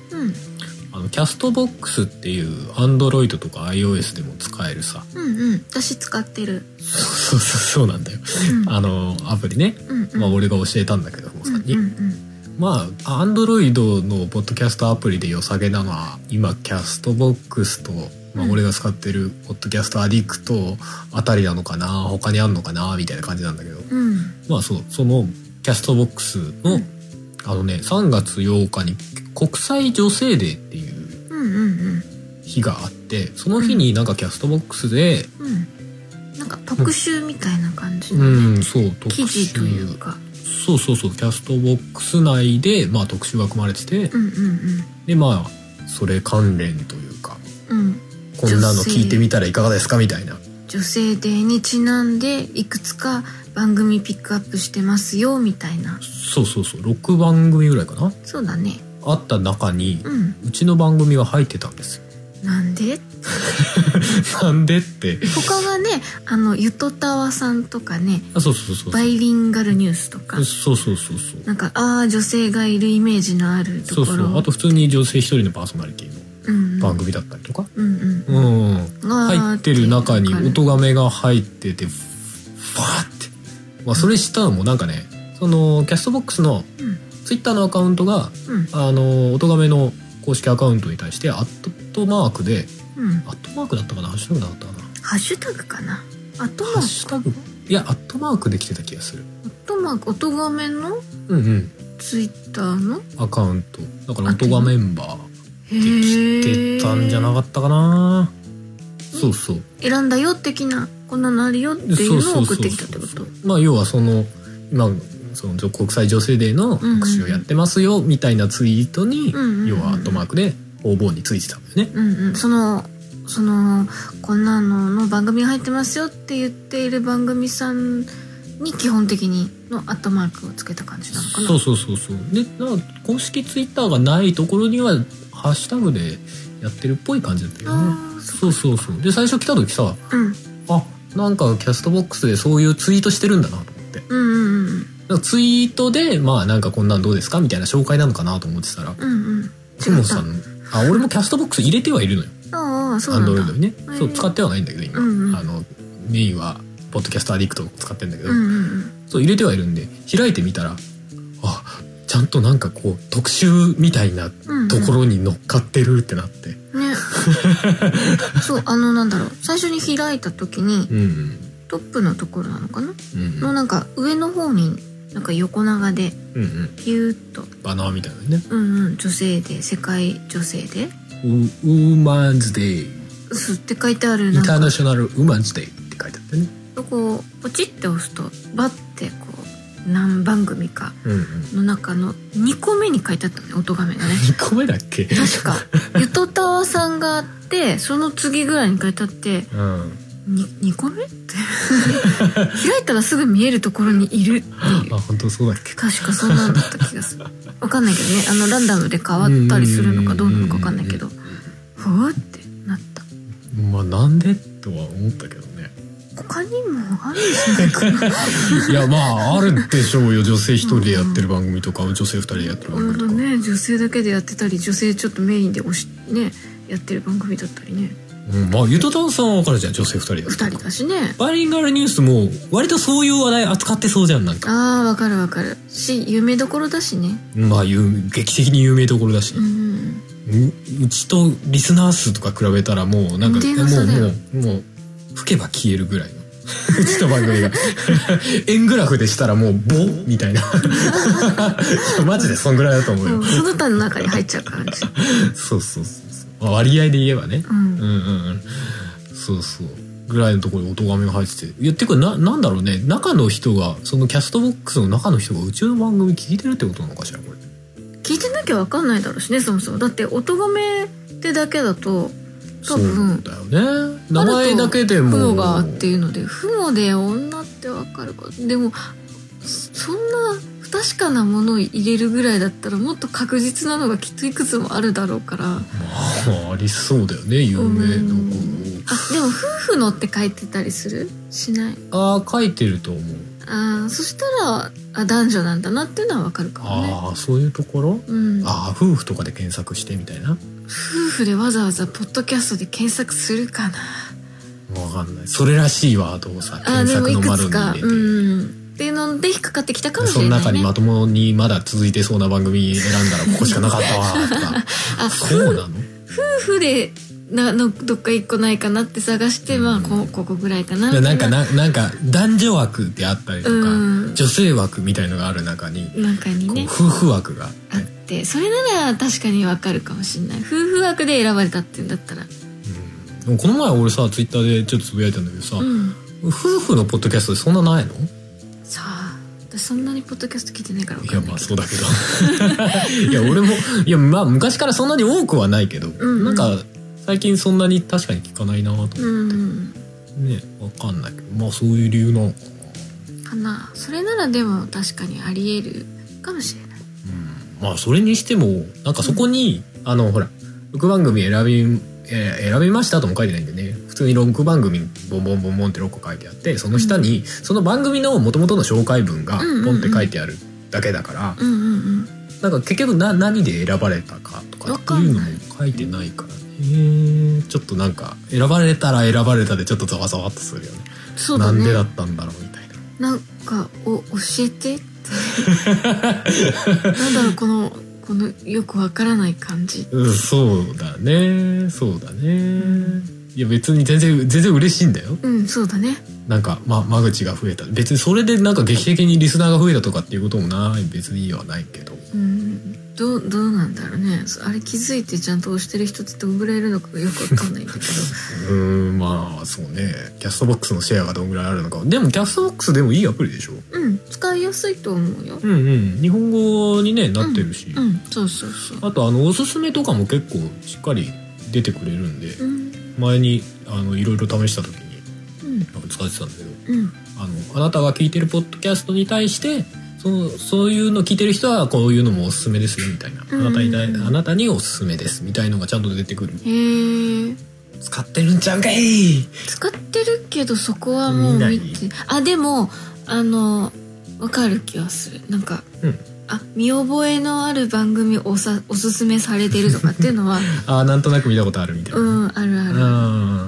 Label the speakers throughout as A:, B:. A: あのキャストボックスっていう Android とか iOS でも使えるさ
B: うんうん。私使ってる。
A: そうそうそうなんだよ
B: うん。
A: あのーアプリね
B: うんうん。
A: まあ俺が教えたんだけども
B: う
A: さん
B: んう
A: に、
B: ん
A: まあ Android のポッドキャストアプリで良さげなのは今キャストボックスと、まあ、
B: うん
A: 俺が使ってるポッドキャストアディクトあたりなのかな他にあんのかなみたいな感じなんだけど
B: うん。うん。
A: まあそうそのキャストボックスの、
B: うん
A: あのね3月8日に国際女性デーっていう
B: うんうんうん。
A: 日があってその日になんかキャストボックスで
B: うん。なんか特集みたいな感じ
A: う
B: の
A: ん、そう特
B: 記事
A: 集
B: というか。
A: そうそうそうキャストボックス内で、まあ、特集が組まれてて、
B: うんうん
A: でまあそれ関連というか
B: うん。うん。
A: こんなの聞いてみたらいかがですかみたいな
B: 女性デーにちなんでいくつか番組ピックアップしてますよみたいな。
A: そうそうそう6番組ぐらいかな
B: そうだね。
A: あった中に
B: うん。
A: うちの番組が入ってたんですよ
B: なんで
A: なんでって
B: 他 はね、あの、ゆとたわさんとかね、
A: あそうそうそう
B: バ
A: そう
B: イリンガルニュースとか。
A: そうそうそうそう
B: なんかああ女性がいるイメージのある
A: そ
B: ところ
A: うそうあと普通に女性一人のパーソナリティの
B: うん
A: 番組だったりとか、
B: うんう
A: う
B: ん
A: ん
B: が
A: 入ってる中に
B: うん
A: 音がめが入っててファーって、まあ、それしたのもなんかねそのキャストボックスのツイッターのアカウントが
B: うん
A: あの音がめの公式アカウントに対してアットマークで
B: うん
A: アットマークだったかなハッシュタグだったかな
B: ハッシュタグかなあと
A: ハ
B: マ
A: ッシュタグいやアットマークで来てた気がする
B: とま音がめの
A: うんうん
B: ツイッターの
A: アカウントだから音がメンバー
B: へ
A: で来
B: え
A: てたんじゃなかったかなそうそう
B: 選んだよ的なこんなのあるよってい
A: そう
B: うの
A: そ
B: を
A: うそ
B: 送
A: う
B: ってきたってこと
A: まあ要はその今その国際女性デーの特集をやってますよみたいなツイートに
B: うんうんうん
A: 要はアットマークで方々についてたんだよね
B: うんうんそのそのこんなのの番組が入ってますよって言っている番組さんに基本的にのアットマークをつけた感じなのかな
A: そうそうそうそうでなんか公式ツイッターがないところにはハッシュタグでやってるっぽい感じだったよね
B: ああ
A: そうそうそうで最初来た時さ
B: うん
A: あなんかキャストボックスでそういうツイートしてるんだなと思って
B: うんうんうん
A: なんかツイートでまあなんかこんなんどうですかみたいな紹介なのかなと思ってたら
B: うんうん
A: トモさんあ俺もキャストボックス入れてはいるのよ
B: ああそ
A: ア
B: う
A: ン
B: な
A: ド
B: ん
A: ロ
B: だ
A: イドにね、
B: へ
A: そう
B: え
A: 使ってはないんだけど今、
B: うんうん
A: あのメインはポッドキャストアディクトを使ってんだけど、
B: うんうん
A: そう入れてはいるんで開いてみたらあちゃんとなんかこう特集みたいな
B: うんうん
A: ところに乗っかってるってなって
B: ねそうあのなんだろう最初に開いた時に
A: うん
B: トップのところなのかな
A: うんうんう
B: の
A: ん
B: なんか上の方になんか横長で
A: うんうん
B: ギューッと
A: バナーみたいなのね
B: うんうん女性で世界女性で
A: 「ウウーマンズデイ」
B: すって書いて
A: 「
B: ある
A: インター
B: なんか
A: ナショナルウーマンズデイ」って書いてあってね
B: そこをポチって押すとバッてこう何番組か
A: うん うん
B: の中の2個目に書いてあったのね音画面がね
A: 2個目だっけ
B: 確かゆとたわさんがあってその次ぐらいに書いてあって
A: うん
B: に2個目って 開いたらすぐ見えるところにいるっていう
A: あ本当そうだっけ
B: 確かそんなんだった気がするわかんないけどねあのランダムで変わったりするのかどうなのかわかんないけどふわってなった
A: まあなんでとは思ったけどね
B: 他にもあるんじゃないかな
A: いやまああるでしょうよ女性一人でやってる番組とか女性二人でやってる番
B: 本
A: 組と
B: 当
A: か、
B: ね女性だけでやってたり女性ちょっとメインで押しねやってる番組だったりね
A: うん、まあゆとたんさんは分かるじゃん女性二人でや
B: 2
A: ってる
B: 人だしね
A: バイリンガルニュースも割とそういう話題扱ってそうじゃんなんか
B: あーわかるわかるし有名どころだしね
A: まあ有劇的に有名どころだし
B: う、ん
A: ううちとリスナー数とか比べたらもうなんか
B: 本
A: も
B: 当にそうだよ
A: うもうもう吹けば消えるぐらいの うちの番組 が円グラフでしたらもうボみたいないやマジでそんぐらいだと思う
B: う
A: よ
B: ん、その他の中に入っちゃう感じ
A: そうそうそうそう、まあ、割合で言えばね
B: うん
A: うんうんうんそうそうぐらいのところに音がめが入ってていやっていうかななんだろうね中の人がそのキャストボックスの中の人がうちの番組聞いてるってことなのかしらこれ
B: 聞いてなきゃ分かんないだろうしねそもそもだって音がめってだけだと多分
A: そうだよね名前だけで
B: 「
A: も
B: 雲が」っていうので「雲で女」って分かるかでもそんな不確かなものを入れるぐらいだったらもっと確実なのがきっといくつもあるだろうから
A: まあありそうだよね有名な
B: うん
A: こ
B: あでも「夫婦の」って書いてたりするしない
A: のああ書いてると思う
B: あーそしたらあ男女なんだなっていうのは分かるかもね。
A: ああそういうところ
B: うん、夫
A: ああ夫婦とかで検索してみたいな
B: 婦でわざわざポッドキャストで検索するかな
A: わかんないそれらしいワードをさ
B: あー
A: 検
B: で
A: 索
B: もい
A: の
B: く
A: 丸
B: つ
A: に入
B: か、
A: れて、
B: うん、っていうので引っかかってきたかもし
A: そ
B: れ
A: の
B: ない、ね、
A: 中にまともにまだ続いてそうな番組選んだらここしかなかったわとか
B: あ
A: そうなの
B: 夫婦でなのどっか一個ないかなって探して、まあこ
A: うん
B: ここぐらいかなみ
A: い
B: た
A: や
B: い
A: なんかななんか男女枠であったりとか、
B: うん
A: 女性枠みたいのがある中に、
B: 中に
A: こう
B: ね
A: 夫婦枠があって、
B: あってそれなら確かにわかるかもしれない夫婦枠で選ばれたっていうんだったら
A: うんでもこの前俺さツイッターでちょっとつぶやいたんだけどさ、
B: うん
A: 夫婦のポッドキャストでそんなないの
B: さあ私そんなにポッドキャスト聞いてないからわ
A: い
B: か
A: や
B: んない
A: まあ
B: け
A: そ
B: ど
A: うだけど いや俺もいやまあ昔からそんなに多くはないけど、
B: うん
A: なんか最近そんなに確かに聞かないなと思って、
B: うん
A: ねわかんないけどまあそういう理由なのかな
B: かなそれならでも確かにあり得るかもしれない
A: うんまあそれにしてもなんかそこに、あのほら6番組選び、えー選びましたとも書いてないんでね普通に6番組ボンボンボンボンって6個書いてあってその下に、その番組の元々の紹介文が
B: うんうんうん
A: ポンって書いてあるだけだから、
B: うんうんうん
A: なんか結局な何で選ばれたかとか
B: わ
A: って
B: かん
A: いうのも
B: ない
A: 書いてないからねちょっとなんか選ばれたら選ばれたでちょっとざわざわっとするよね
B: そう
A: な
B: だね
A: んでだったんだろうみたいな。
B: なんかお教えてってなんだろうこのこのよくわからない感じ
A: うん、そうだねそうだね
B: ん
A: いや別に全然全然嬉しいんだよ
B: うんそうだね
A: なんか、ま、間口が増えた別にそれでなんか劇的にリスナーが増えたとかっていうこともない別にはないけど
B: うんどうどうなんだろうねあれ気づいてちゃんと押してる人ってどんぐらいいるのかがよくわかんないんだけど
A: うーんまあそうねキャストボックスのシェアがどんぐらいあるのかでもキャストボックスでもいいアプリでしょ
B: うん使いやすいと思うよ
A: うんうん日本語にねなってるし、
B: うんそうそうそう
A: あとあのおすすめとかも結構しっかり出てくれるんで
B: うん
A: 前にあのいろいろ試した時に
B: うん
A: なんか使ってたんだけど
B: うん
A: あのあなたが聞いてるポッドキャストに対してそのそういうの聞いてる人はこういうのもおすすめですよみたいな、
B: うん
A: あなたに対あなたにおすすめですみたいのがちゃんと出てくる
B: へえ
A: 使ってるんちゃうんかい
B: 使ってるけどそこはもう
A: 見
B: 見
A: な
B: てあでもあのわかる気はするなんか、
A: うん
B: あ見覚えのある番組おさおすすめされてるとかっていう のは
A: あーなんとなく見たことあるみたいな、
B: うんあるある
A: う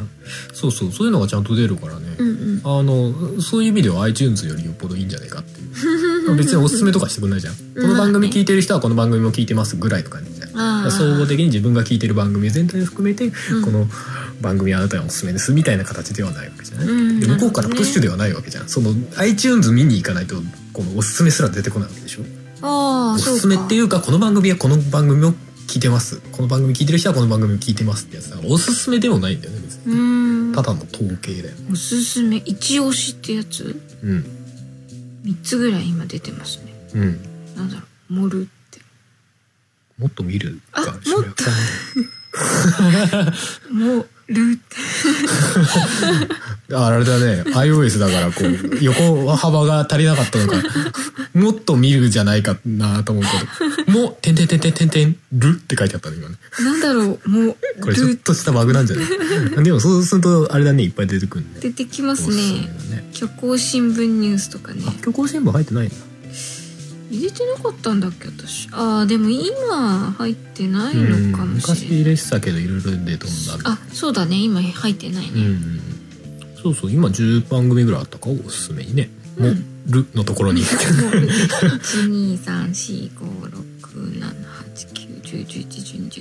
A: んそうそうそういうのがちゃんと出るからね、
B: うんうん
A: あのそういう意味では iTunes よりよっぽどいいんじゃないかって いう別におすすめとかしてくんないじゃん、この番組聞いてる人はこの番組も聞いてますぐらいの感じじゃん
B: ああ
A: 総合的に自分が聞いてる番組全体を含めて、
B: ん
A: この番組はあなたにおすすめですみたいな形ではないわけじゃない、
B: うん
A: で向こうから
B: な
A: プ
B: るほどね
A: ッシュではないわけじゃん、その iTunes 見に行かないとこのおすすめすら出てこないわけでしょ
B: あ
A: お
B: あそう
A: す
B: か
A: すめっていうかこの番組はこの番組を聞いてますこの番組聞いてる人はこの番組を聞いてますってやつだからおすすめでもないんだよね別に
B: うーん
A: ただの統計だよ、
B: おすすめ一押しってやつ
A: うん
B: 3つぐらい今出てますね
A: うん、
B: なんだろうモルって
A: もっと見るか
B: あ
A: も
B: もっモルって
A: ああれだね iOS だからこう横幅が足りなかったのかもっと見るじゃないかなと思うけど「も」「てんてんてんてんてんてん」「る」って書いてあったの今ね
B: なんだろうモ
A: これちょっ
B: ル
A: としたバグなんじゃないでもそうするとあれだねいっぱい出てくるんで
B: 出てきま
A: お
B: す
A: すす
B: ね
A: めだね
B: 虚構新聞ニュースとかね
A: あ虚構新聞入ってないんだ
B: 入れてなかったんだっけ私あーでも今入ってない
A: うん
B: のかも
A: 昔
B: しれない
A: 入れてたけどいろいろ出とんだ
B: あそうだね今入ってない
A: うんう
B: ね
A: んそうそう今10番組ぐらいあったかおすすめにね「も」
B: うん
A: 「る」のところに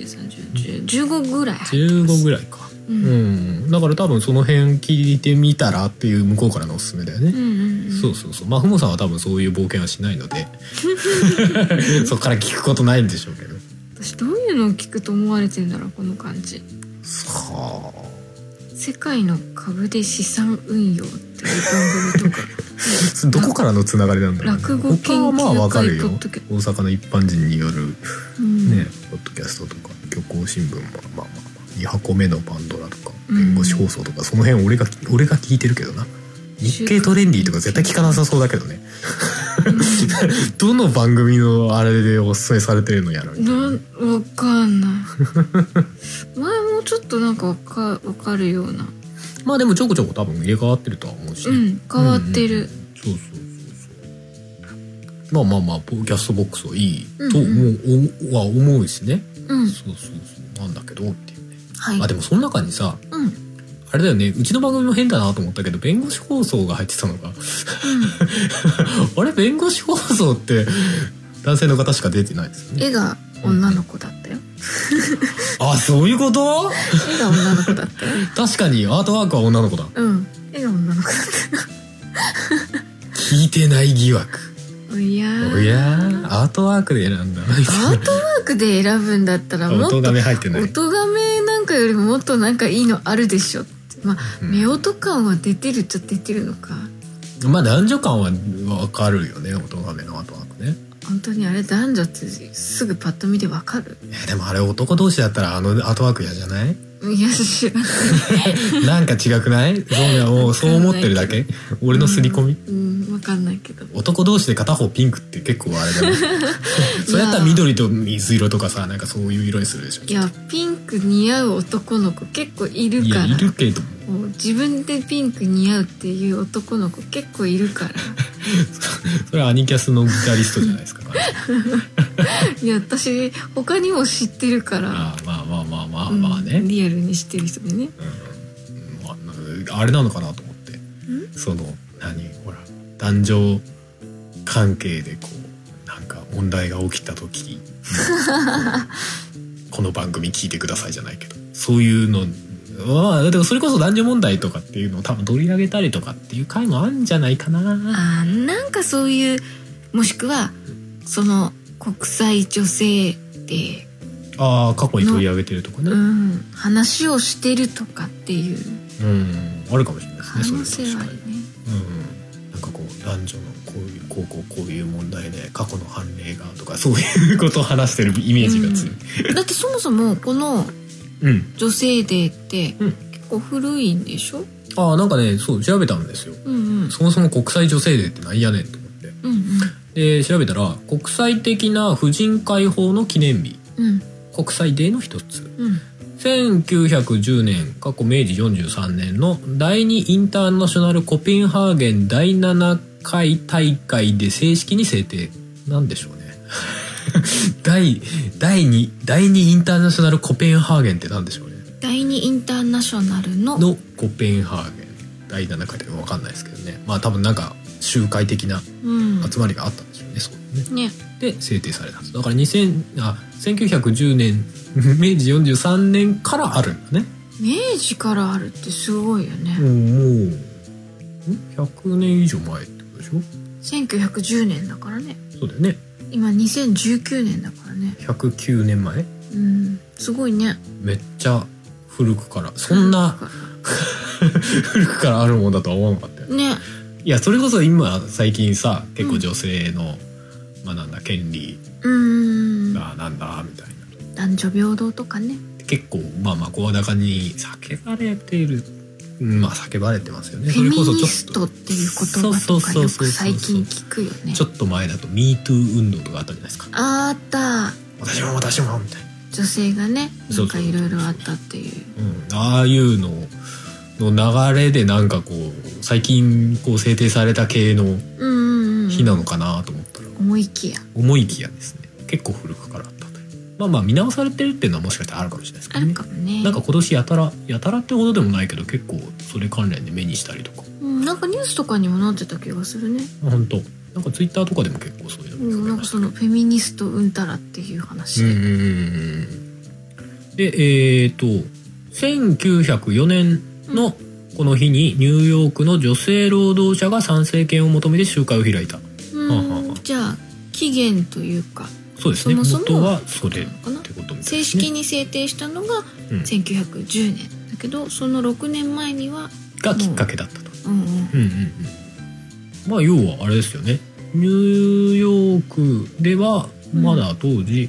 B: 123456789101112131415ぐらい入ってます
A: 15ぐらいか
B: う
A: うんん、だから多分その辺聞いてみたらっていう向こうからのおすすめだよ
B: う
A: ね、
B: んうんうん
A: そうそうそうまあふもさんは多分そういう冒険はしないの でそこから聞くことないんでしょうけど
B: 私どういうのを聞くと思われてんだろうこの感じ
A: はあ
B: 世界の株で資産運用」っていう番組とか
A: どこからのつながりなんだろうね
B: 落語研
A: 他はまあ
B: 究
A: わかる
B: 会
A: よ
B: ポッドキャ
A: 大阪の一般人による
B: うん
A: ね、ポッドキャストとか虚構新聞はまあまあまあ2箱目のパンドラとか弁護士放送とかその辺俺が俺が聞いてるけどな日経トレンディとか絶対聞かなさそうだけどね どの番組のあれでおすすめされてるのやらみたいな
B: な
A: ね
B: わかんない 前もちょっとなんかわかわかるような
A: まあでもちょこちょこ多分入れ替わってるとは思うし
B: う
A: ね、
B: ん変わって
A: うんうんう
B: る
A: んそうそうそうそうまあまあまあポッドキャストボックスはいいと思う、おは思うしね
B: うん、
A: そうそうそうなんだけどっていうね
B: はい
A: あでもその中にさ
B: うんうん
A: あれだよねうちの番組も変だなと思ったけど弁護士放送が入ってたの があれ弁護士放送って男性の方しか出てないですよね
B: 絵が女の子だったよ
A: あそういうこと
B: 絵が女の子だ ったよ
A: 確かにアートワークは女の子だ
B: うん絵が女の子だっ
A: 聞いてない疑惑
B: たいやー
A: おやーアートワークで選んだ
B: アートワークで選ぶんだった らもっ
A: 音
B: と
A: がめ入ってない
B: 音がめなんかよりももっとなんかいいのあるでしょってまあ、
A: うん
B: 目音感は出てるっちゃ出てるのか
A: まあ男女間はわかるよね音がめのアートワークね
B: 本当にあれ男女ってすぐパッと見てわかる
A: えでもあれ男同士だったらあのアートワーク嫌じゃ ない
B: いや知らない
A: なんか違くないそうねもうそう思ってるだけ俺の刷り込み、
B: うん、うんわかんないけど
A: 男同士で片方ピンクって結構あれだよね それやったら緑と水色とかさなんかそういう色にするでしょ
B: いやピンク似合う男の子結構いる
A: い
B: から
A: やいるけども
B: もう自分でピンク似合うっていう男の子結構いる から
A: それはアニキャスのギタリストじゃないです か
B: いや私他にも知ってるから
A: ああまあまあまあまあまあね、
B: うんリアルに知ってる人でね
A: うんまあ、あれなのかなと思ってその何ほら男女関係でこうなんか問題が起きた時 こうこの番組聞いてくださいじゃないけどそういうのまあでもそれこそ男女問題とかっていうのを多分取り上げたりとかっていう回もあるんじゃないかな。
B: あーなんかそういうもしくはその国際女性で、
A: ああ過去に取り上げてるとかね。う
B: う
A: ん、
B: ん、話をしてるとかっていう
A: あるかもしれないです
B: 可
A: ね。それ
B: 能
A: は
B: 性
A: 確
B: はあ
A: か
B: る
A: に
B: ね。
A: うんなんかこう男女のこういうこうこうこういう問題で過去の判例がとかそういうことを話してるイメージが強い。
B: だってそもそもこの
A: うん。
B: 女性デーって
A: うん
B: 結構古いんでしょ、
A: ああなんかねそう調べたんですよ。
B: うん、うん
A: そもそも国際女性デーってなんやねんと思って。
B: うん
A: で調べたら国際的な婦人解放の記念日
B: うんうん
A: 国際デーの一つ。
B: うん
A: 1910年過去明治43年の第2インターナショナルコペンハーゲン第7回大会で正式に制定なんでしょうね 第第2第2インターナショナルコペンハーゲンってなんでしょうね
B: 第二インターナショナルの
A: のコペンハーゲン第7回とかわかんないですけどねまあ多分なんか集会的な
B: うん
A: 集まりがあったんでしょうねそうね
B: ね
A: で制定されたんですだから2000あ1910年 明治43年からあるんだね
B: 明治からあるってすごいよね、
A: もうもうん100年以上前ってことでしょ
B: 1910年だからね
A: そうだよね
B: 今2019年だからね
A: 109年前
B: うんすごいね
A: めっちゃ古くからそんな古くからあるもんだとは思わなかったよ
B: ね
A: いやそれこそ今最近さ結構女性の、まあなんだ権利
B: うん
A: がなんだみたいな
B: 男女平等とかね
A: 結構まあまあ声高に叫ばれているうんまあ叫ばれてますよね
B: フ
A: そ
B: ェ
A: れ
B: ミ
A: こそ
B: ニ
A: ち
B: ス
A: ょっ
B: ト
A: と
B: っていう言葉
A: そ
B: と
A: う
B: か
A: そうそう
B: よ
A: そう
B: く最近聞くよね
A: ちょっと前だと MeToo 運動とかあったじゃないですか
B: あった
A: 私も私もみたいな
B: 女性がね
A: そ
B: な
A: うんそ
B: か
A: うそう
B: いろいろあったっていう
A: うん、ああいうのの流れでなんかこう最近こう制定された系の
B: うんうんうん
A: 日なのかなと思ったら、
B: 思いきや
A: 思いきやですね結構古くからあったというまあまあ見直されてるっていうのはもしかしたらあるかもしれないですけ
B: あ
A: ど
B: る
A: ね
B: かもね
A: なんか今年やたらやたらってほどでもないけど結構それ関連で目にしたりとか
B: うん、なんかニュースとかにもなってた気がするね、
A: 本当なんかツイッターとかでも結構そういうの
B: う
A: 見か
B: ん、
A: け
B: なん
A: ま
B: か
A: し
B: そ
A: た
B: のフェミニストうんたらっていう話
A: うん
B: で、
A: うんうんうんでえっ、と1904年のこの日にニューヨークの女性労働者が参政権を求めて集会を開いた
B: うん
A: はあはあ
B: じゃあ期限というか
A: そうですね
B: そもそも
A: 元はそれっ
B: なのかな
A: てことみたいですね
B: 正式に制定したのが
A: うん
B: 1910年だけどその6年前には
A: がきっかけだったと。
B: うんうん
A: うんうんうん、まあ要はあれですよねニューヨークではまだ当時、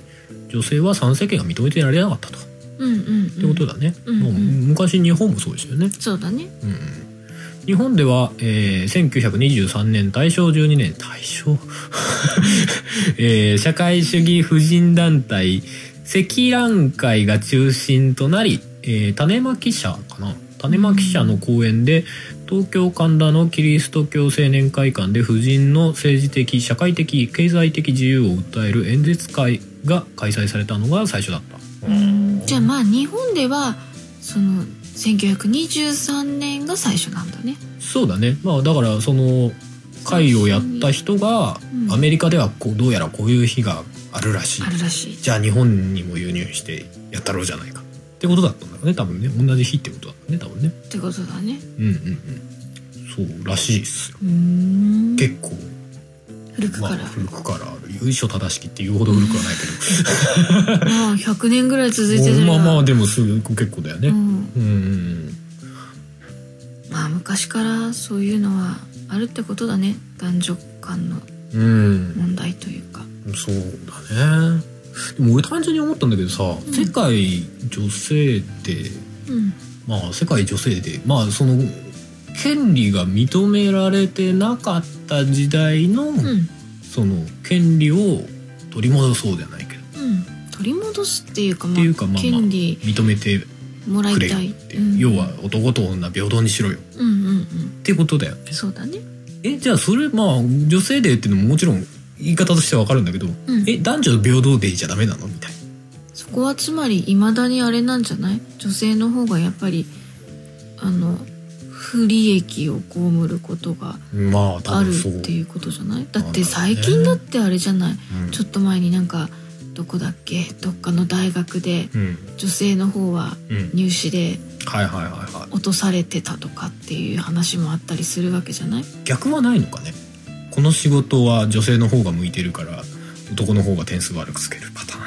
A: 女性は参政権が認めてられなかったと。っ
B: うんうんって
A: ことだね。
B: うんうん
A: もう昔日本もそうですよね。
B: そうだね
A: うんうん日本では、えー1923年大正12年大正、 えー社会主義婦人団体赤蘭会が中心となり、えー種まき社かな種まき社の講演で東京神田のキリスト教青年会館で婦人の政治的社会的経済的自由を訴える演説会が開催されたのが最初だった。
B: じゃあまあ日本ではその1923年が最初なんだね
A: そうだねまあだからその会をやった人が
B: うん
A: アメリカではこうどうやらこういう日があるらしい
B: あるらしい
A: じゃあ日本にも輸入してやったろうじゃないかってことだったんだろうね多分ね同じ日ってことだったね多分ね
B: ってことだね
A: うんうんうんそうらしいっすよ
B: うーん
A: 結構、
B: 古く
A: ま
B: か
A: あ、
B: ら、
A: 古くからある由緒正しきっていうほど古くはないけ
B: まあ100年ぐらい続いて
A: ど
B: る
A: まあまあ
B: ね
A: でもすぐ結構だよ
B: う
A: ね
B: ん、
A: うんうんうん
B: まあ昔からそういうのはあるってことだね男女間の
A: うん
B: 問題というか
A: そうだねでも俺単純に思ったんだけどさ、
B: ん
A: 世界女性って
B: うん
A: まあ世界女性でまあその権利が認められてなかった時代の、
B: うん
A: その権利を取り戻そうじゃないけど
B: うん取り戻すっていうか,、まあ、
A: っていうかまあまあ
B: 権利
A: 認めて
B: もらい
A: くれよ
B: たい
A: って、
B: うん
A: 要は男と女平等にしろよっ
B: うんうん
A: てことだよね
B: うんそうだね
A: えじゃあそれまあ女性デーっていうのももちろん言い方としてはわかるんだけど
B: うん
A: え男女平等デーじゃダメなのみたいな
B: そこはつまりいまだにあれなんじゃない女性の方がやっぱりあの不利益を被ることが
A: まあ多
B: ある
A: 分そう
B: っていうことじゃないだ
A: あ
B: って
A: る
B: 最近だってあれじゃない
A: うん
B: ちょっと前になんかどこだっけどっかの大学で
A: うん
B: 女性の方は
A: うん
B: 入試で
A: はいはいはいはい
B: 落とされてたとかっていう話もあったりするわけじゃない
A: 逆はないのかねこの仕事は女性の方が向いてるから男の方が点数悪くつけるパター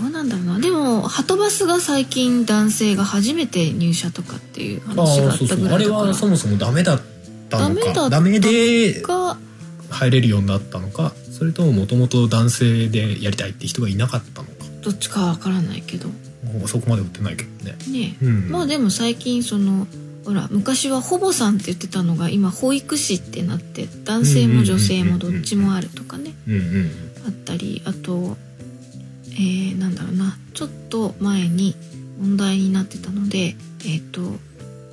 B: どうなんだろうなでもはとバスが最近男性が初めて入社とかっていう話
A: ン
B: があったぐら
A: あ
B: い
A: れ
B: だから
A: はそもそもダメだったの
B: ダメだった
A: かダメで
B: が
A: 入れるようになったのかそれとももともと男性でやりたいって人がいなかったのか
B: どっちかはわからないけど
A: もうそこまで売ってないけどね
B: ね
A: うん
B: まあでも最近そのほら昔は保母さんって言ってたのが今保育士ってなって男性も女性もどっちもあるとかね
A: うんうん
B: あったりあとえー、なんだろうなちょっと前に問題になってたのでえっ、と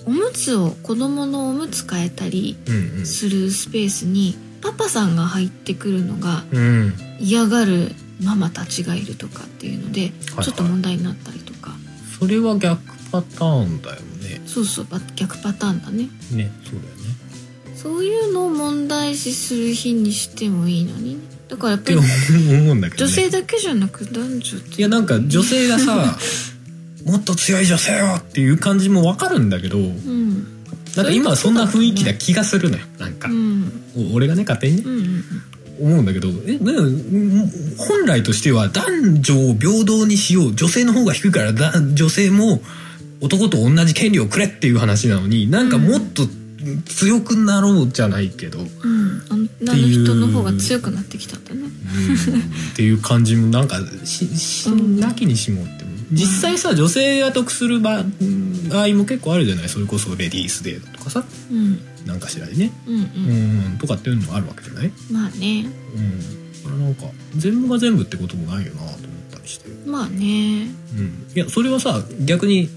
B: おむつを子供のおむつ変えたり
A: うんうん
B: するスペースにパパさんが入ってくるのが
A: うんはい
B: 嫌がるママたちがいるとかっていうので
A: はい
B: ちょっと問題になったりとか
A: それは逆パターンだよね
B: そうそうば逆パターンだね
A: ねそうだよね
B: そういうのを問題視する日にしてもいいのにねだからやっ
A: っ
B: ぱ
A: て
B: り
A: 思うんだけど
B: 女
A: ね
B: 性だけじゃなく男女って
A: いやなんか女性がさもっと強い女性よっていう感じもわかるんだけど
B: うん
A: なんか今そんな雰囲気な気がするのよなんか
B: うんう、ん
A: お俺がね勝手に
B: う
A: ね
B: んうん
A: 思うんだけどえねうん本来としては男女を平等にしよう女性の方が低いからだ女性も男と同じ権利をくれっていう話なのになんかもっと強くなろうじゃないけど、うん、っ
B: うん女の人の方が強くなってきたんだね
A: ていう感じもなんかしし
B: うん
A: なきにしもっても実際さ女性が得する場合も結構あるじゃないそれこそレディースデーだとかさ
B: うん
A: なんかしらでね
B: うんう
A: うんんとかっていうのもあるわけじゃない
B: まあね
A: うん、これなんか全部が全部ってこともないよなと思ったりして、う
B: まあ
A: ん、
B: ね
A: いやそれはさ逆に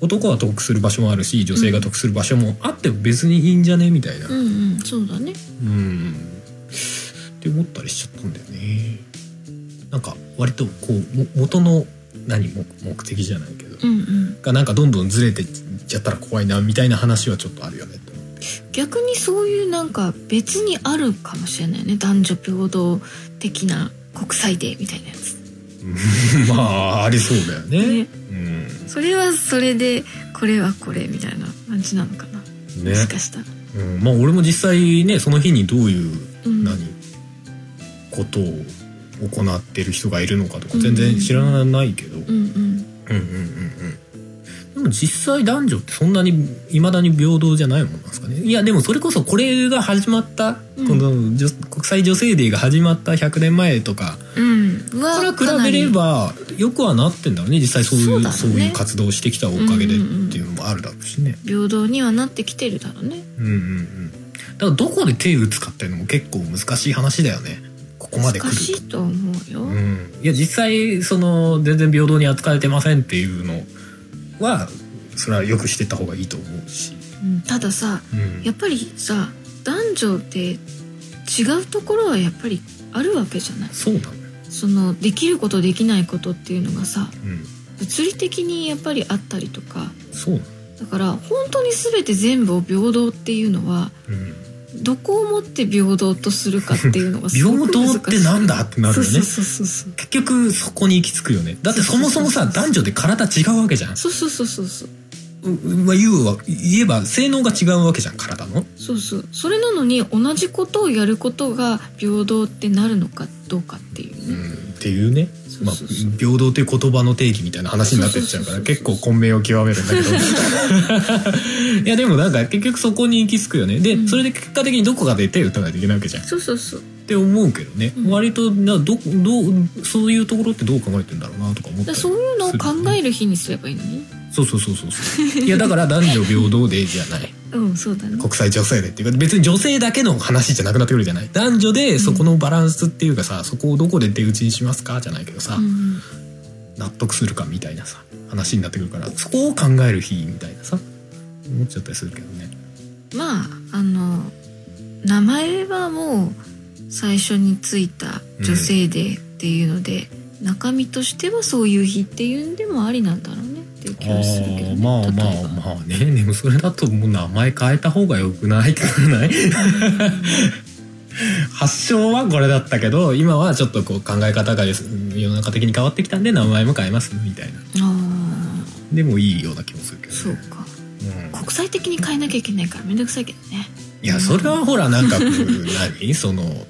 A: 男は得する場所もあるし女性が得する場所もあって別にいいんじゃねみたいな、
B: う
A: うん
B: んうんそうだね
A: って思ったりしちゃったんだよねなんか割とこうも元の何目目的じゃないけど、
B: うんうん
A: がなんかどんどんずれてっちゃったら怖いなみたいな話はちょっとあるよねと思って
B: 逆にそういうなんか別にあるかもしれないよね男女平等的な国際デーみたいなやつ
A: まあありそうだよね
B: ね
A: うん
B: それはそれでこれはこれみたいな感じなのかな、
A: ね
B: もしかしたら、
A: うん、まあ俺も実際ねその日にどういう
B: うん、
A: 何ことを行ってる人がいるのかとか
B: うん
A: 全然知らないけど、うん
B: うん
A: うんうんうん、でも実際男女ってそんなにいまだに平等じゃないもんなんですかねいやでもそれこそこれが始まった、
B: うん
A: この女国際女性デーが始まった100年前とか
B: うんは
A: これは比べればよくはなってんだろうね実際そういうそ,、
B: そううだろうね
A: いう活動をしてきたおかげでっていうのもあるだろうしね。
B: 平等にはなってきてるだろうね
A: うんうんうん、だからどこで手打つかっていうのも結構難しい話だよねここまで来
B: 難
A: る
B: し
A: と。
B: いと思うよ、
A: うん、いや実際その全然平等に扱えてませんっていうのはそれはよくしてった方がいいと思うし、
B: うんたださ
A: うん、
B: やっぱりさ男女って違うところはやっぱりあるわけじゃない
A: そうなのよ、
B: そのできることできないことっていうのがさ
A: うん、
B: 物理的にやっぱりあったりとか
A: そうな
B: だから本当に全て全部を平等っていうのは
A: の、うん、
B: どこをもって平等とするかっていうのがすご
A: 平
B: く難し
A: 等
B: い
A: ってなんだってなるよね
B: そうそうそうそう
A: 結局そこに行き着くよねだってそもそもさ
B: そうそうそう
A: 男女で体違うわけじゃん
B: そうそうそうそうそう
A: ううまあ言うは言えば性能が違うわけじゃん体の
B: そうそうそれなのに同じことをやることが平等ってなるのかどうかっていう
A: う
B: ね、
A: んっていうね
B: そう
A: まあ
B: そうそう
A: 平等という言葉の定義みたいな話になってっちゃうから
B: そうそう
A: 結
B: そうそう
A: 構混迷を極めるんだけど いやでもなんか結局そこに行き着くよねで、
B: うん
A: それで結果的にどこかで手を打たないといけないわけじゃんっ
B: そうそうそう
A: て思うけどね、
B: うん
A: 割となどどうそういうところってどう考えてんだろうなとか思った
B: だ
A: り
B: そういうのを考える日にすればいいのに
A: そうそうそうそうそうい やだから男女平等でじゃ ない
B: うんそうだね
A: 国際女性でっていうか別に女性だけの話じゃなくなってくるじゃない男女でそこのバランスっていうかさ、そこをどこで出口にしますかじゃないけどさ、
B: うん
A: 納得するかみたいなさ話になってくるからそこを考える日みたいなさ思っちゃったりするけどね
B: まああの名前はもう最初についた女性デーっていうので、中身としてはそういう日っていうんでもありなんだろうねっていう気はするけどね
A: まあま
B: 例えば
A: あまあねでもそれだともう名前変えた方がよくないくない 発祥はこれだったけど今はちょっとこう考え方がです世の中的に変わってきたんで名前も変えますみたいな
B: あ
A: でもいいような気もするけ
B: ー
A: ど、ね、
B: そうか
A: うん
B: 国際的に変えなきゃいけないからめんどくさいけどね
A: いやそれはほらなんかこう 何その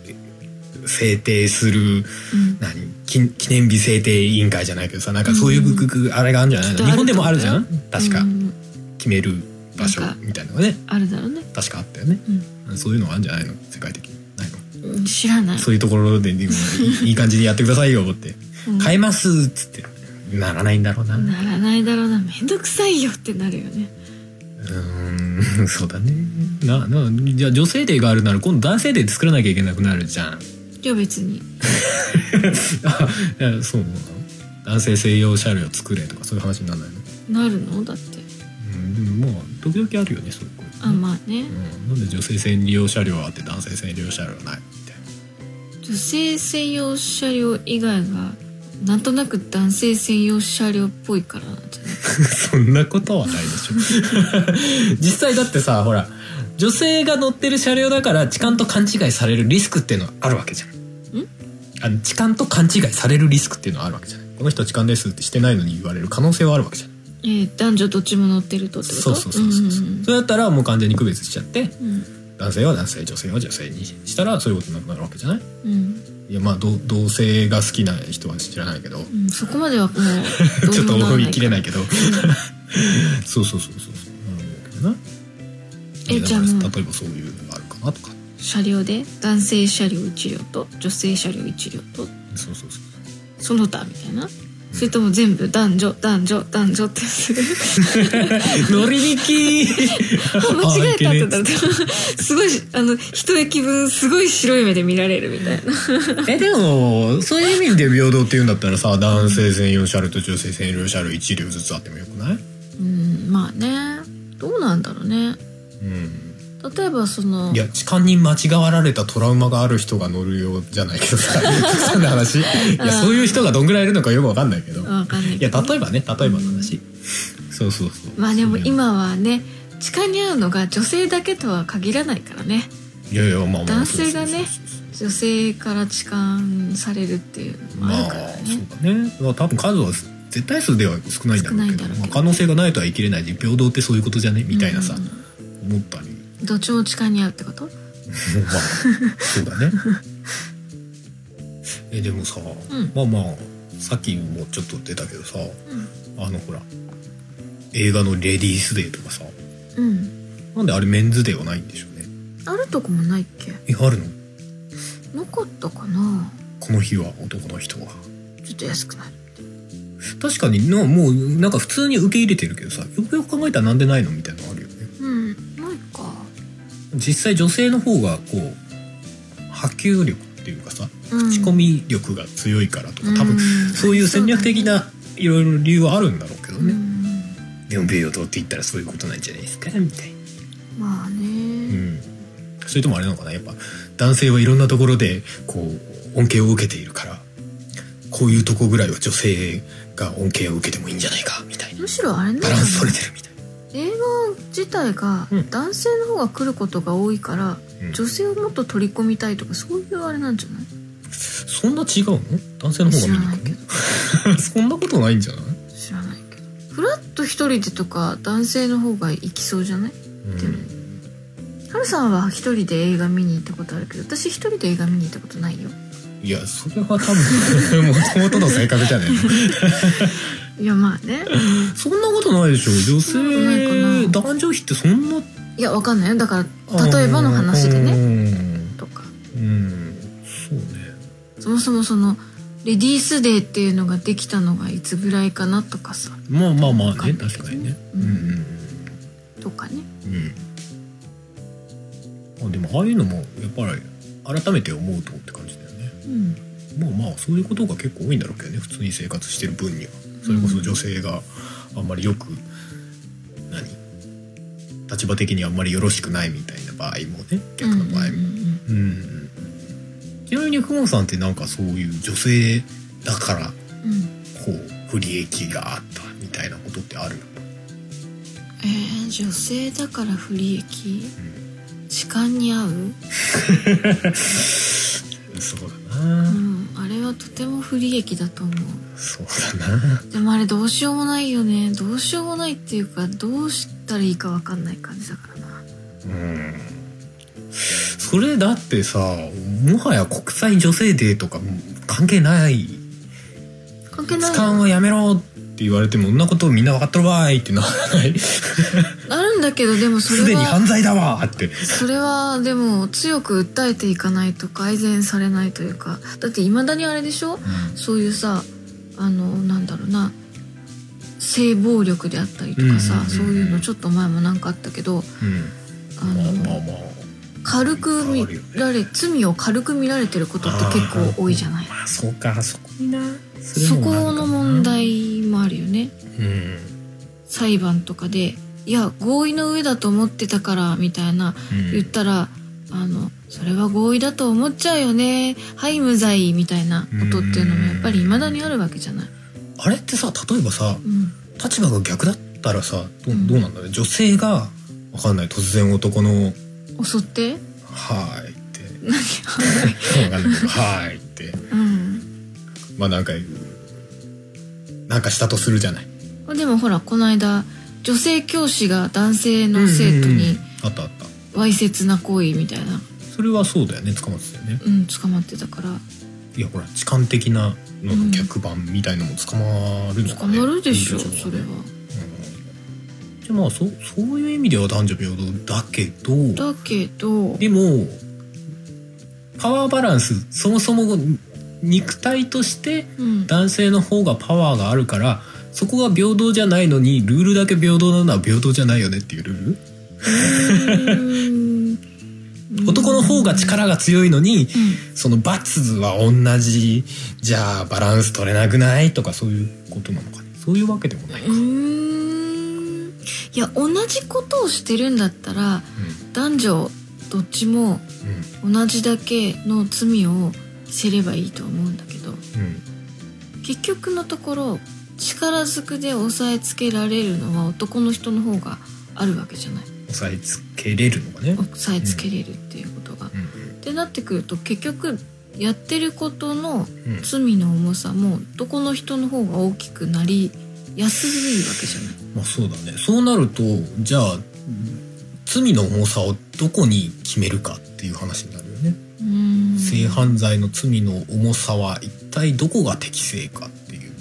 A: 制定する
B: うん
A: 何記記念日制定委員会じゃないけどさなんかそういうぐぐぐあれがあるんじゃない
B: きっと
A: の日
B: あると
A: 本でもあるじゃ
B: 思
A: ん確か
B: うん
A: 決める場所
B: なんか
A: みたいなのがね
B: あるだろうね、
A: 確かあったよね
B: う
A: そういうのあるんじゃないの世界的にないの
B: ん、知らない
A: そういうところででもいい いい感じでやってくださいよって
B: うん
A: 変えますっつってならないんだろうなう
B: ならないだろうなめんどくさいよってなるよね
A: ーんそうだねななじゃあ女性デーがあるなら今度男性デーって作らなきゃいけなくなるじゃん
B: いや別に
A: あいやそうなの男性専用車両作れとかそういう話にならないの、
B: なるのだって
A: うん、でもまあ時々あるよねそういうこと
B: あまあね
A: うん、なんで女性専用車両はあって男性専用車両はないみたい な
B: 女性専用車両以外がなんとなく男性専用車両っぽいからなんじゃない
A: そんなことはないでしょ 実際だってさほら女性が乗ってる車両だから痴漢と勘違いされるリスクっていうのはあるわけじゃん
B: ん
A: あの痴漢と勘違いされるリスクっていうのはあるわけじゃないこの人痴漢ですってしてないのに言われる可能性はあるわけじゃん
B: えー男女どっちも乗ってるとってこと
A: そうそうそうそうそう、
B: ん
A: それだったらもう完全に区別しちゃって
B: うん
A: 男性は男性女性は女性にしたらそういうことなくなるわけじゃない
B: うんうん
A: いやまあ同同性が好きな人は知らないけど、
B: うんそこまではもう
A: ちょっと思い切れないけど、
B: ど
A: そうそうそうそうそうなるけどな
B: え
A: いや
B: じゃあ
A: だから
B: もう
A: 例えばそういうのがあるかなとか
B: 車両で男性車両1両と女性車両1両と
A: そうそうそう
B: その他みたいなそれとも全部男女男女男女ってする
A: 乗り引き
B: あ間違えたってな
A: あ
B: ると すごいあの一駅分すごい白い目で見られるみたいな
A: えでもそういう意味で平等っていうんだったらさ男性専用車両と女性専用車両1両ずつあってもよくない
B: うんまあねどうなんだろうね
A: うん
B: 例えばその
A: いや痴漢に間違わられたトラウマがある人が乗るようじゃないけどさ そんな話いやそういう人がどんぐらいいるのかよくわかんないけどい
B: わかんないけ
A: や
B: ど
A: 例えばね例えばの話そうそうそう
B: まあでも
A: そういうの
B: 今はね地下に合うのが女性だけとは限らないからね
A: いやいやまあまあ
B: 男性がね
A: そうそうそう
B: 女性から痴漢されるっていうのも
A: ま
B: あ
A: あ
B: るからね、
A: そうだね、まあ、多分数は絶対数では少ないんだろうけど
B: 少ないんだろうけど
A: まあ、可能性がないとは言い切れないし平等ってそういうことじゃねみたいなさ、
B: うん
A: 思ったり
B: どっちも地下に合うってこと
A: まあそうだね えでもさ、
B: ん
A: まあまあさっきもちょっと出たけどさ
B: うん
A: あのほら映画のレディースデーとかさ
B: うん
A: なんであれメンズデーはないんでしょうね
B: あるとこもないっけ
A: えあるの
B: なかったかな
A: この日は男の人は
B: ちょっと安くなる
A: 確かになもうなんか普通に受け入れてるけどさよくよく考えたらなんでないのみたいなのあるよね
B: うんないか
A: 実際女性の方がこう波及力っていうかさ
B: うん
A: 口コミ力が強いからとか、多分
B: ん
A: そういう戦略的ないろいろ理由はあるんだろうけど
B: そうだ
A: ね、
B: ね
A: でもビデオ通って言ったらそういうことなんじゃないですかみたいな、
B: うんまあ
A: う
B: ね
A: ん、それともあれなのかなやっぱ男性はいろんなところでこう恩恵を受けているからこういうとこぐらいは女性が恩恵を受けてもいいんじゃないかみたいな
B: むしろあれなん
A: バ
B: だ
A: ランス取
B: ね
A: れてるみたいな
B: 映画自体が
A: うん
B: 男性の方が来ることが多いから、
A: うん
B: 女性をもっと取り込みたいとかそういうあれなんじゃない
A: そんな違うの男性の方が見に行くのそんなことないんじゃない、
B: 知らないけどフラッと一人でとか男性の方が行きそうじゃない
A: うん
B: ハルさんは一人で映画見に行ったことあるけど私一人で映画見に行ったことないよ
A: いやそれは多分 もともとの性格じゃないの
B: いやまあね
A: そんなことないでしょ女
B: そんなことない
A: 性
B: か
A: 男女比ってそんない
B: やわかんないよだから例えばの話でね
A: ね
B: とか
A: うんそうね
B: そもそもそのレディースデーっていうのができたのがいつぐらいかなとかさ
A: まあまあま
B: わ
A: あ
B: か
A: ね
B: んない
A: 確かにねう
B: うんん
A: うん
B: とかね
A: うんうんあでもああいうのもやっぱり改めて思うとって感じだよね
B: うん
A: まあまあそういうことが結構多いんだろうけどね普通に生活してる分にはそれこそ女性があんまりよく何立場的にあんまりよろしくないみたいな場合もね逆の場合も
B: うんうんうんうん
A: うんちなみに久保さんってなんかそういう女性だから
B: うん
A: こう不利益があったみたいなことってある、
B: えー、女性だから不利益痴漢に合う、
A: そうだな、
B: うん、あれはとても不利益だと思う
A: そうだな
B: でもあれどうしようもないよねどうしようもないっていうかどうしたらいいかわかんない感じだからな
A: うんそれだってさもはや国際女性デーとか関係ない
B: 関係ない
A: 痴漢はやめろって言われてもそんなことみんな分かっとるわーいってならない
B: あるんだけどでもそ
A: す
B: れ
A: でに
B: は
A: 犯罪だわーって
B: それはでも強く訴えていかないと改善されないというかだっていまだにあれでしょそういうさあのなんだろうな性暴力であったりとかさ、
A: うんうんうんうん
B: そういうのちょっと前もなんかあったけど
A: うん、
B: あ
A: う
B: の、
A: ん、まあまあまあ
B: 軽く見
A: あるよね
B: られ、罪を軽く見られてることって結構多いじゃない
A: まあそうかそこになれ
B: そ
A: もなん
B: こ
A: かな
B: の問題もあるよね
A: うん
B: 裁判とかでいや合意の上だと思ってたからみたいな
A: うん
B: 言ったら、あのそれは合意だと思っちゃうよねはい無罪みたいなことっていうのもやっぱり未だにあるわけじゃない、
A: あれってさ例えばさ
B: うん、
A: 立場が逆だったらさど
B: うん
A: どうなんだろう女性がわかんない突然男の
B: 襲って
A: 「はーい」って
B: 何
A: わかんないけど「はーい」って
B: うん
A: まあなんかなんかしたとするじゃない
B: でもほらこの間女性教師が男性の生徒
A: うん
B: に
A: あったあった
B: わいせつな行為みたいな、
A: それはそうだよね捕まってたよね
B: うん、捕まってたから
A: いやほら痴漢的なのの逆版みたいのも捕まるのか
B: 捕
A: ね
B: まるでしょ、
A: どうし
B: そ
A: ょうか
B: れ
A: ね
B: は。
A: うんじゃあまあそそういう意味では男女平等だけど
B: だけど
A: でもパワーバランスそもそも肉体として
B: うん
A: 男性の方がパワーがあるからそこが平等じゃないのにルールだけ平等なのは平等じゃないよねっていうルール、男の方が、力が強いのに
B: うーんうん
A: その罰は同じじゃあバランス取れなくないとかそういうことなのかねそういうわけでもないうか、うん
B: ーんいや同じことをしてるんだったら男女どっちも同じだけの罪をせればいいと思うんだけど
A: うん
B: 結局のところ力ずくで押さえつけられるのは男の人の方があるわけじゃない
A: うん、押さえつけれるのがね、
B: 押さえつけれるっていうことが。
A: うん
B: ってなってくると結局やってることの
A: うんうん
B: 罪の重さも男の人の方が大きくなりやすいわけじゃない
A: まあそうだねそうなるとじゃあ罪の重さをどこに決めるかっていう話になるよね、
B: うーん
A: 性犯罪の罪の重さは一体どこが適正かっていう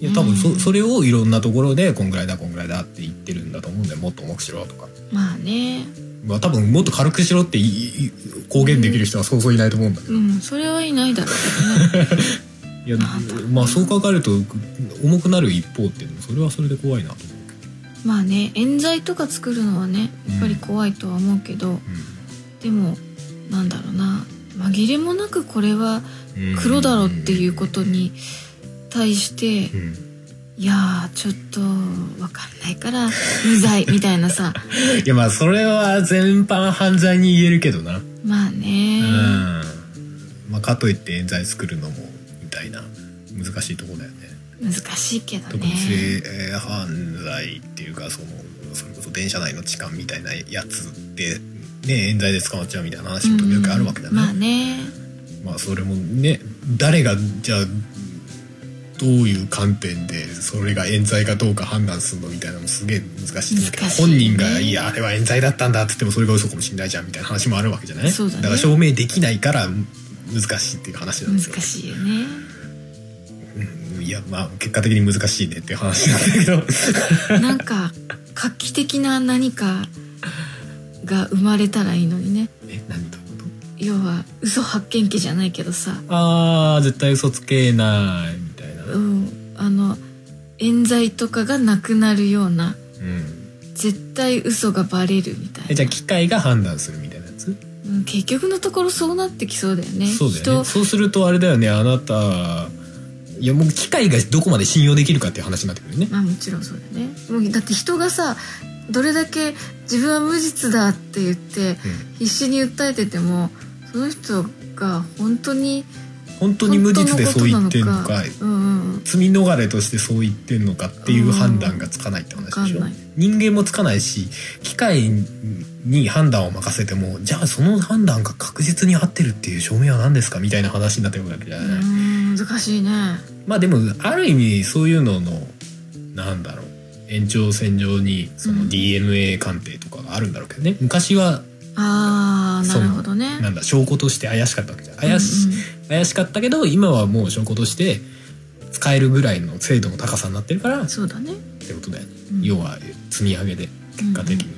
A: いや多分
B: う
A: そ
B: ん
A: それをいろんなところでこんぐらいだこんぐらいだって言ってるんだと思うんだよもっと重くしろとか、
B: まあね
A: まあ、多分もっと軽くしろっていいい公言できる人はそうそういないと思うんだけど、
B: うんそれはいないだろ うけどね
A: いやまあそう考えると重くなる一方っていうのもそれはそれで怖いなと思う
B: まあね冤罪とか作るのはねやっぱり怖いとは思うけど、でもなんだろうな紛れもなくこれは
A: うん、うん
B: 黒だろっていうことに対して、
A: うん
B: いやーちょっとわかんないから無罪みたい なさ
A: いやまあそれは全般犯罪に言えるけどな、
B: まあね
A: うんまあ、かといって冤罪作るのもみたいな難しいところだよね
B: 難しいけど
A: 特に
B: ね
A: 性犯罪っていうかそのそれこそ電車内の痴漢みたいなやつで、ね、冤罪で捕まっちゃうみたいな話も時々あるわけだよね、
B: うんまあね
A: まあそれもね誰がじゃあどういう観点でそれが冤罪かどうか判断するのみたいなのもすげえ難しいと思うけど、
B: 難しいね
A: 本人が「いやあれは冤罪だったんだ」って言ってもそれが嘘かもしれないじゃんみたいな話もあるわけじゃない
B: そうだね
A: から証明できないから難しいっていう話なん
B: 難
A: ですよ、
B: しいよね
A: うんいやまあ結果的に難しいねっていう話なんだけど
B: なんか画期的な何かが生まれたらいいのにね
A: え何というこ
B: 要は嘘発見器じゃないけどさ
A: とあー絶対嘘つけないみたいな、
B: うんあの冤罪とかがなくなるような
A: うん、
B: 絶対嘘がバレるみたいな
A: えじゃあ機械が判断するみたいなやつ
B: うん、結局のところそうなってきそうだよね
A: そうだよねそうするとあれだよねあなたいやもう機械がどこまで信用できるかっていう話になってくるよね
B: 人まあもちろんそうだよねもうだって人がさどれだけ自分は無実だって言って必死に訴えててもその人が本当に
A: 本当に無実でそう言ってんの
B: 本当
A: か
B: なうんうん
A: 罪逃れとしてそう言ってんのかっていう判断がつかないって話でし
B: うん
A: ょ
B: わかんない
A: 人間もつかないし機械に判断を任せてもじゃあその判断が確実に合ってるっていう証明は何ですかみたいな話になってくるわけじゃ
B: う
A: ない、
B: ん難しいね
A: まあでもある意味そういうののなんだろう延長線上にそうの
B: ん
A: DNA 鑑定とかがあるんだろうけどね、昔は
B: あーなるほどね
A: なんだ証拠として怪しかったわけじゃん怪し,、
B: うんうん
A: 怪しかったけど今はもう証拠として使えるぐらいの精度の高さになってるからっ
B: そうだね、
A: てことだよね、
B: うん
A: 要は積み上げで結果的に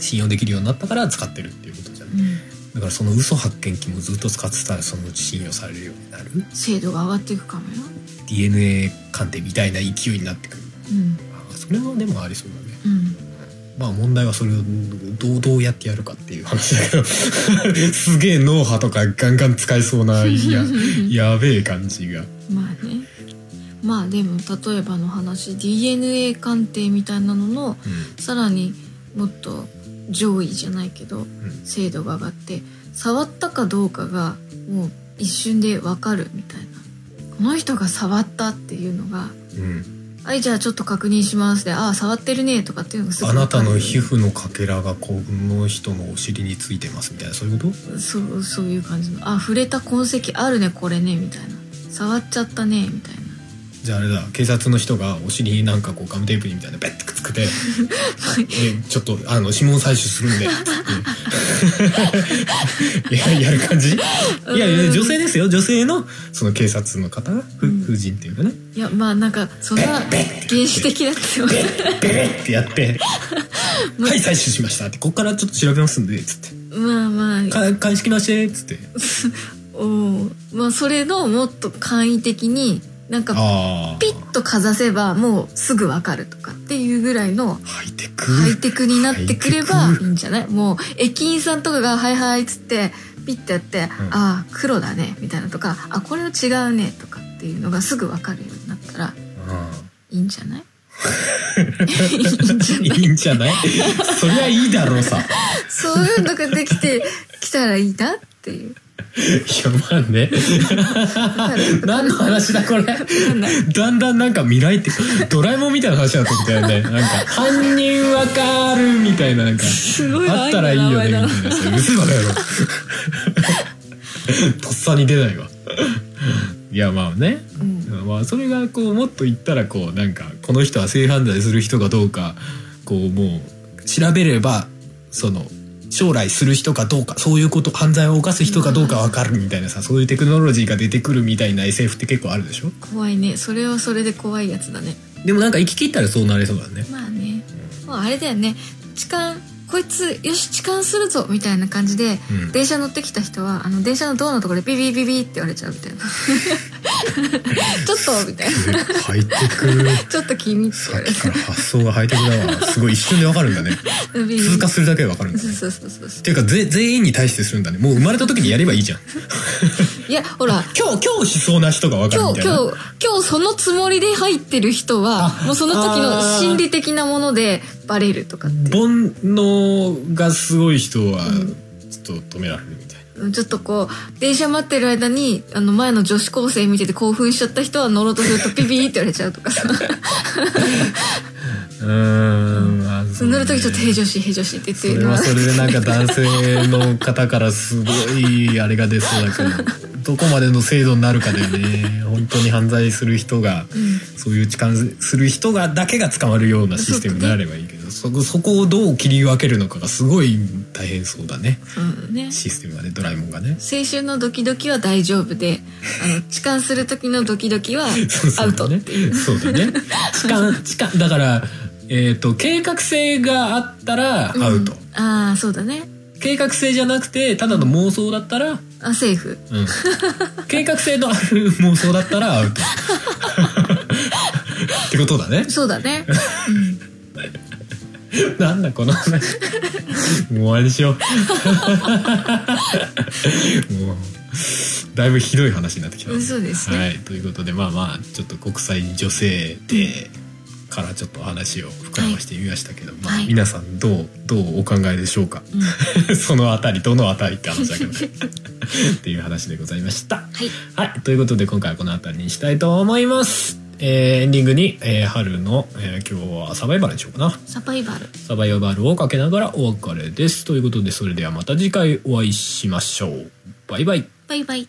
A: 信用できるようになったから使ってるっていうことじゃん、
B: うんうん
A: だからその嘘発見器もずっと使ってたらそのうち信用されるようになる
B: 精度が上がっていくかもよ、
A: DNA 鑑定みたいな勢いになってくる
B: うん
A: あそれはでもありそうだね
B: うん、
A: まあ問題はそれをどうどうやってやるかっていう話だけ どすげえ脳波とかガンガン使えそう ないややべえ感じが。
B: まあねまあでも例えばの話 DNA 鑑定みたいなののさらにもっと上位じゃないけど
A: ん
B: 精度が上がって触ったかどうかがもう一瞬で分かるみたいなこの人が触ったっていうのが
A: うん、
B: 「はいじゃあちょっと確認します」で「ああ触ってるね」とかっていうのがすぐ
A: あ
B: 分
A: なた
B: かる
A: の皮膚のかけらがこの人のお尻についてますみたいなそういうこと
B: そうそういう感じの「あ触れた痕跡あるねこれね」みたいな「触っちゃったね」みたいな
A: じゃああれだ警察の人がお尻になんかこうガムテープみたいなのベッてくっつけてで「ちょっとあの指紋採取するんで」 っていややる感じいやいや女性ですよ女性のその警察の方がふ
B: うん
A: 婦人っていうかね
B: いやまあなんかそんな原始的だって思う
A: ベレってや って「はい採取しました」って「ここからちょっと調べますんで」つって
B: まあま
A: 「
B: あ
A: か鑑識なしで」つって
B: おうまあそれのもっと簡易的になんか
A: ああ
B: ピッとかざせばもうすぐわかるとかっていうぐらいの
A: ハイテク
B: ハイテクになってくれば
A: ハイテ
B: いいんじゃないもう駅員さんとかが「はいはい」っつってピッてやって「ああ黒だね」みたいなとか「あこれは違うね」とかっていうのがすぐわかるようになったら
A: うん
B: いいんじゃないいいん じゃない
A: いいんじゃないそりゃいいだろう さ。い
B: そういうのがで きてきたらいいなっていう。
A: や、まあね。何の話だこれ。だんだんなんか未来って、ドラえもんみたいな話だったみたいね。なんか、犯人わかるみたいな、なんか、
B: すごい
A: あったらいいよね、みたい
B: 愛
A: な
B: の名前。
A: それ嘘 だよ。とっさに出ないわ。いや、まあね。
B: うん
A: まあ、それがこうもっと言ったらこうなんかこの人は性犯罪する人かどうかこうもう調べればその将来する人かどうかそういうこと犯罪を犯す人かどうか分かるみたいなさそういうテクノロジーが出てくるみたいな SF って結構あるでしょ
B: 怖いねそれはそれで怖いやつだね
A: でもなんか生き切ったらそうなれそうだね
B: まあねもうあれだよね痴漢こいつよし痴漢するぞみたいな感じで、
A: うん
B: 電車乗ってきた人はあの電車のドアのところでビビビビって言われちゃうみたいな ちょっとみたいな
A: ハイテク
B: ちょっと君って言
A: さ
B: わ
A: っ
B: れ
A: きから発想がハイテクだわすごい一瞬で分かるんだね
B: るビビビ
A: 通過するだけで分かるんだ
B: そう
A: ね
B: そうそうそうそ
A: っていうかぜ全員に対してするんだねもう生まれた時にやればいいじゃん
B: ういやほら
A: 今日今日しそうな人が分かる
B: 今
A: み
B: 日
A: たいな
B: 今日今日そのつもりで入ってる人は
A: あ
B: もうその時の
A: あー
B: 心理的なものでバレるとかって
A: 煩悩がすごい人は
B: うん
A: ちょっと止められるみたいな、
B: うんちょっとこう電車待ってる間にあの前の女子高生見てて興奮しちゃった人は乗ろうとするとピピーって言われちゃうとかさ
A: うんまあそうね
B: 乗る時ちょっと「平常心平常心」って言っ
A: そ
B: て
A: れはそれでなんか男性の方からすごいあれが出そうだけどどこまでの制度になるかだよ ね本当に犯罪する人が
B: うん
A: そういう痴漢する人がだけが捕まるようなシステムになればいいけどそこそこをどう切り分けるのかがすごい大変そうだね
B: うんね
A: システムがねドラえもんがね。
B: 青春のドキドキは大丈夫であ の痴漢する時のドキドキは
A: そう
B: ア
A: そう
B: ウト
A: だね。そうだ ね。痴漢、痴漢、だから、えっ、と、計画性があったらアウト。
B: うんああそうだね
A: 計画性じゃなくて、ただの妄想だったら、 うん。
B: あセーフ
A: 計画性のある妄想だったらアウ ト。ってことだね。
B: そうだ ね
A: なんだこの話。もう終わりにしよう。もう。だいぶひどい話になってきたね、
B: そうですね
A: はい、ということでまあまあちょっと国際女性でからちょっとお話を膨らましてみましたけど、まあ
B: はい
A: 皆さんどうどうお考えでしょうか、
B: うん
A: そのあたりどのあたりって話だけどっていう話でございました。
B: はい
A: はい、ということで今回はこの辺りにしたいと思います。えーエンディングに、えー春の、えー今日はサバイバルにしようかな。
B: サバイバル
A: サバイバルをかけながらお別れです。ということで、それではまた次回お会いしましょう。バイバイ。
B: バイバイ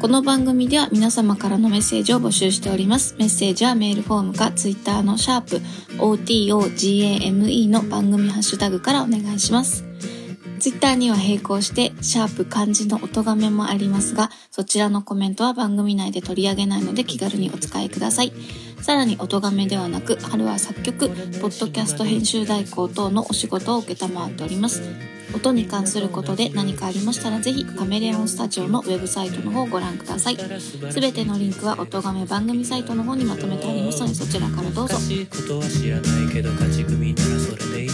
C: この番組では皆様からのメッセージを募集しております。メッセージはメールフォームかツイッターのシャープ o t o g a m e の番組ハッシュタグからお願いします。ツイッターには並行して、シャープ漢字の音がめもありますが、そちらのコメントは番組内で取り上げないので気軽にお使いください。さらに音がめではなく、春は作曲、ポッドキャスト編集代行等のお仕事を受けたまわっております。音に関することで何かありましたらぜひカメレオンスタジオのウェブサイトの方をご覧くださいすべてのリンクは音め番組サイトの方にまとめてありますのでそちらからどうぞ
D: 難しいことは知らないけど勝ち組ならそれでいいよ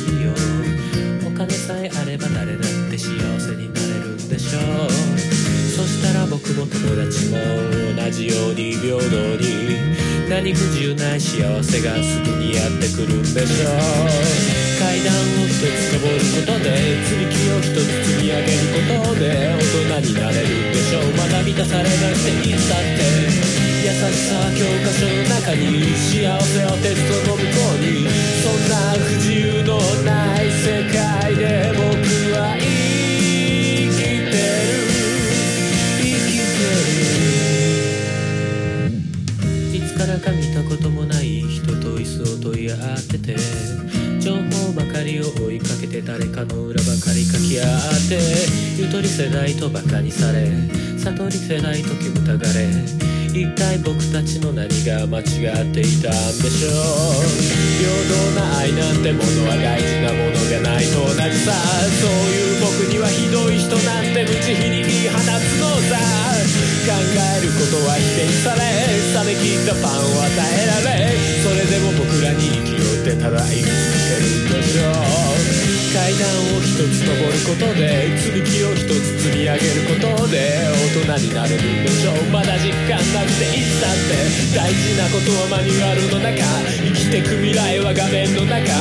D: お金さえあれば誰だって幸せになれるんでしょうそしたら僕も友達も同じように平等に何不自由ない幸せがすぐにやってくるんでしょう階段を一つ登ることで積み木を一つ積み上げることで大人になれるんでしょうまだ満たされなくていいんだって優しさは教科書の中に幸せはテストの向こうにそんな不自由のない世界で僕は生きてる生きてるいつからか見たこともない人と椅子を問い合ってて情報ばかりを追いかけて誰かの裏ばかり書き合ってゆとり世代とバカにされ悟り世代と煙たがれ一体僕たちの何が間違っていたんでしょう平等な愛なんてものは大事なものじゃないと同じさそういう僕にはひどい人なんて無慈悲に言い放つのさ考えることは否定され冷め切ったパンを与えられそれでも僕らに生きようってただ生き続けるんでしょう階段を一つ登ることで積み木を一つ積み上げることで大人になれるんでしょうまだ実感なくていつだって大事なことはマニュアルの中生きてく未来は画面の中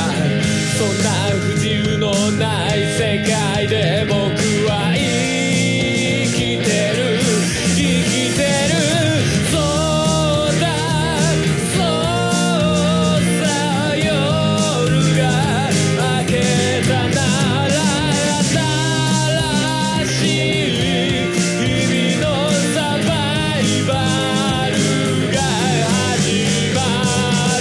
D: そんな不自由のない世界で僕は生きてる生きてるそうだそうさ夜が明けたなら新しい日々のサバイバルが始まる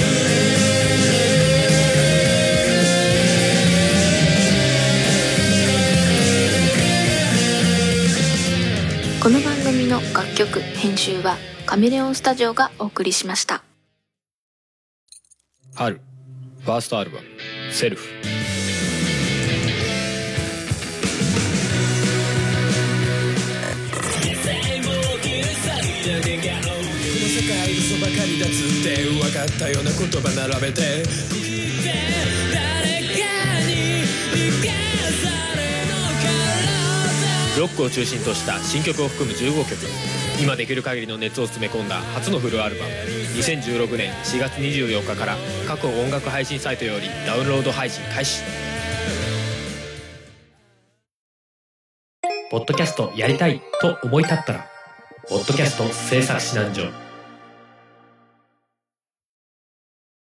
C: の楽曲編集はカメレオンスタジオがお送りしました
A: 春ファーストアルバム「セルフ」
E: この世界嘘ばかりだっつって分かったような言葉並べて
A: ロックを中心とした新曲を含む15曲今できる限りの熱を詰め込んだ初のフルアルバム2016年4月24日から各音楽配信サイトよりダウンロード配信開始
D: ポッドキャストやりたいと思い立ったら、ポッドキャスト制作指南所